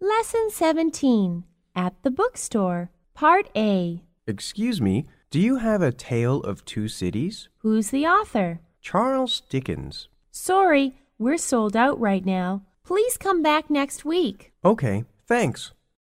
Lesson 17 At the Bookstore, Part A. Excuse me, do you have a Tale of Two Cities? Who's the author? Charles Dickens. Sorry, we're sold out right now. Please come back next week. Okay, thanks.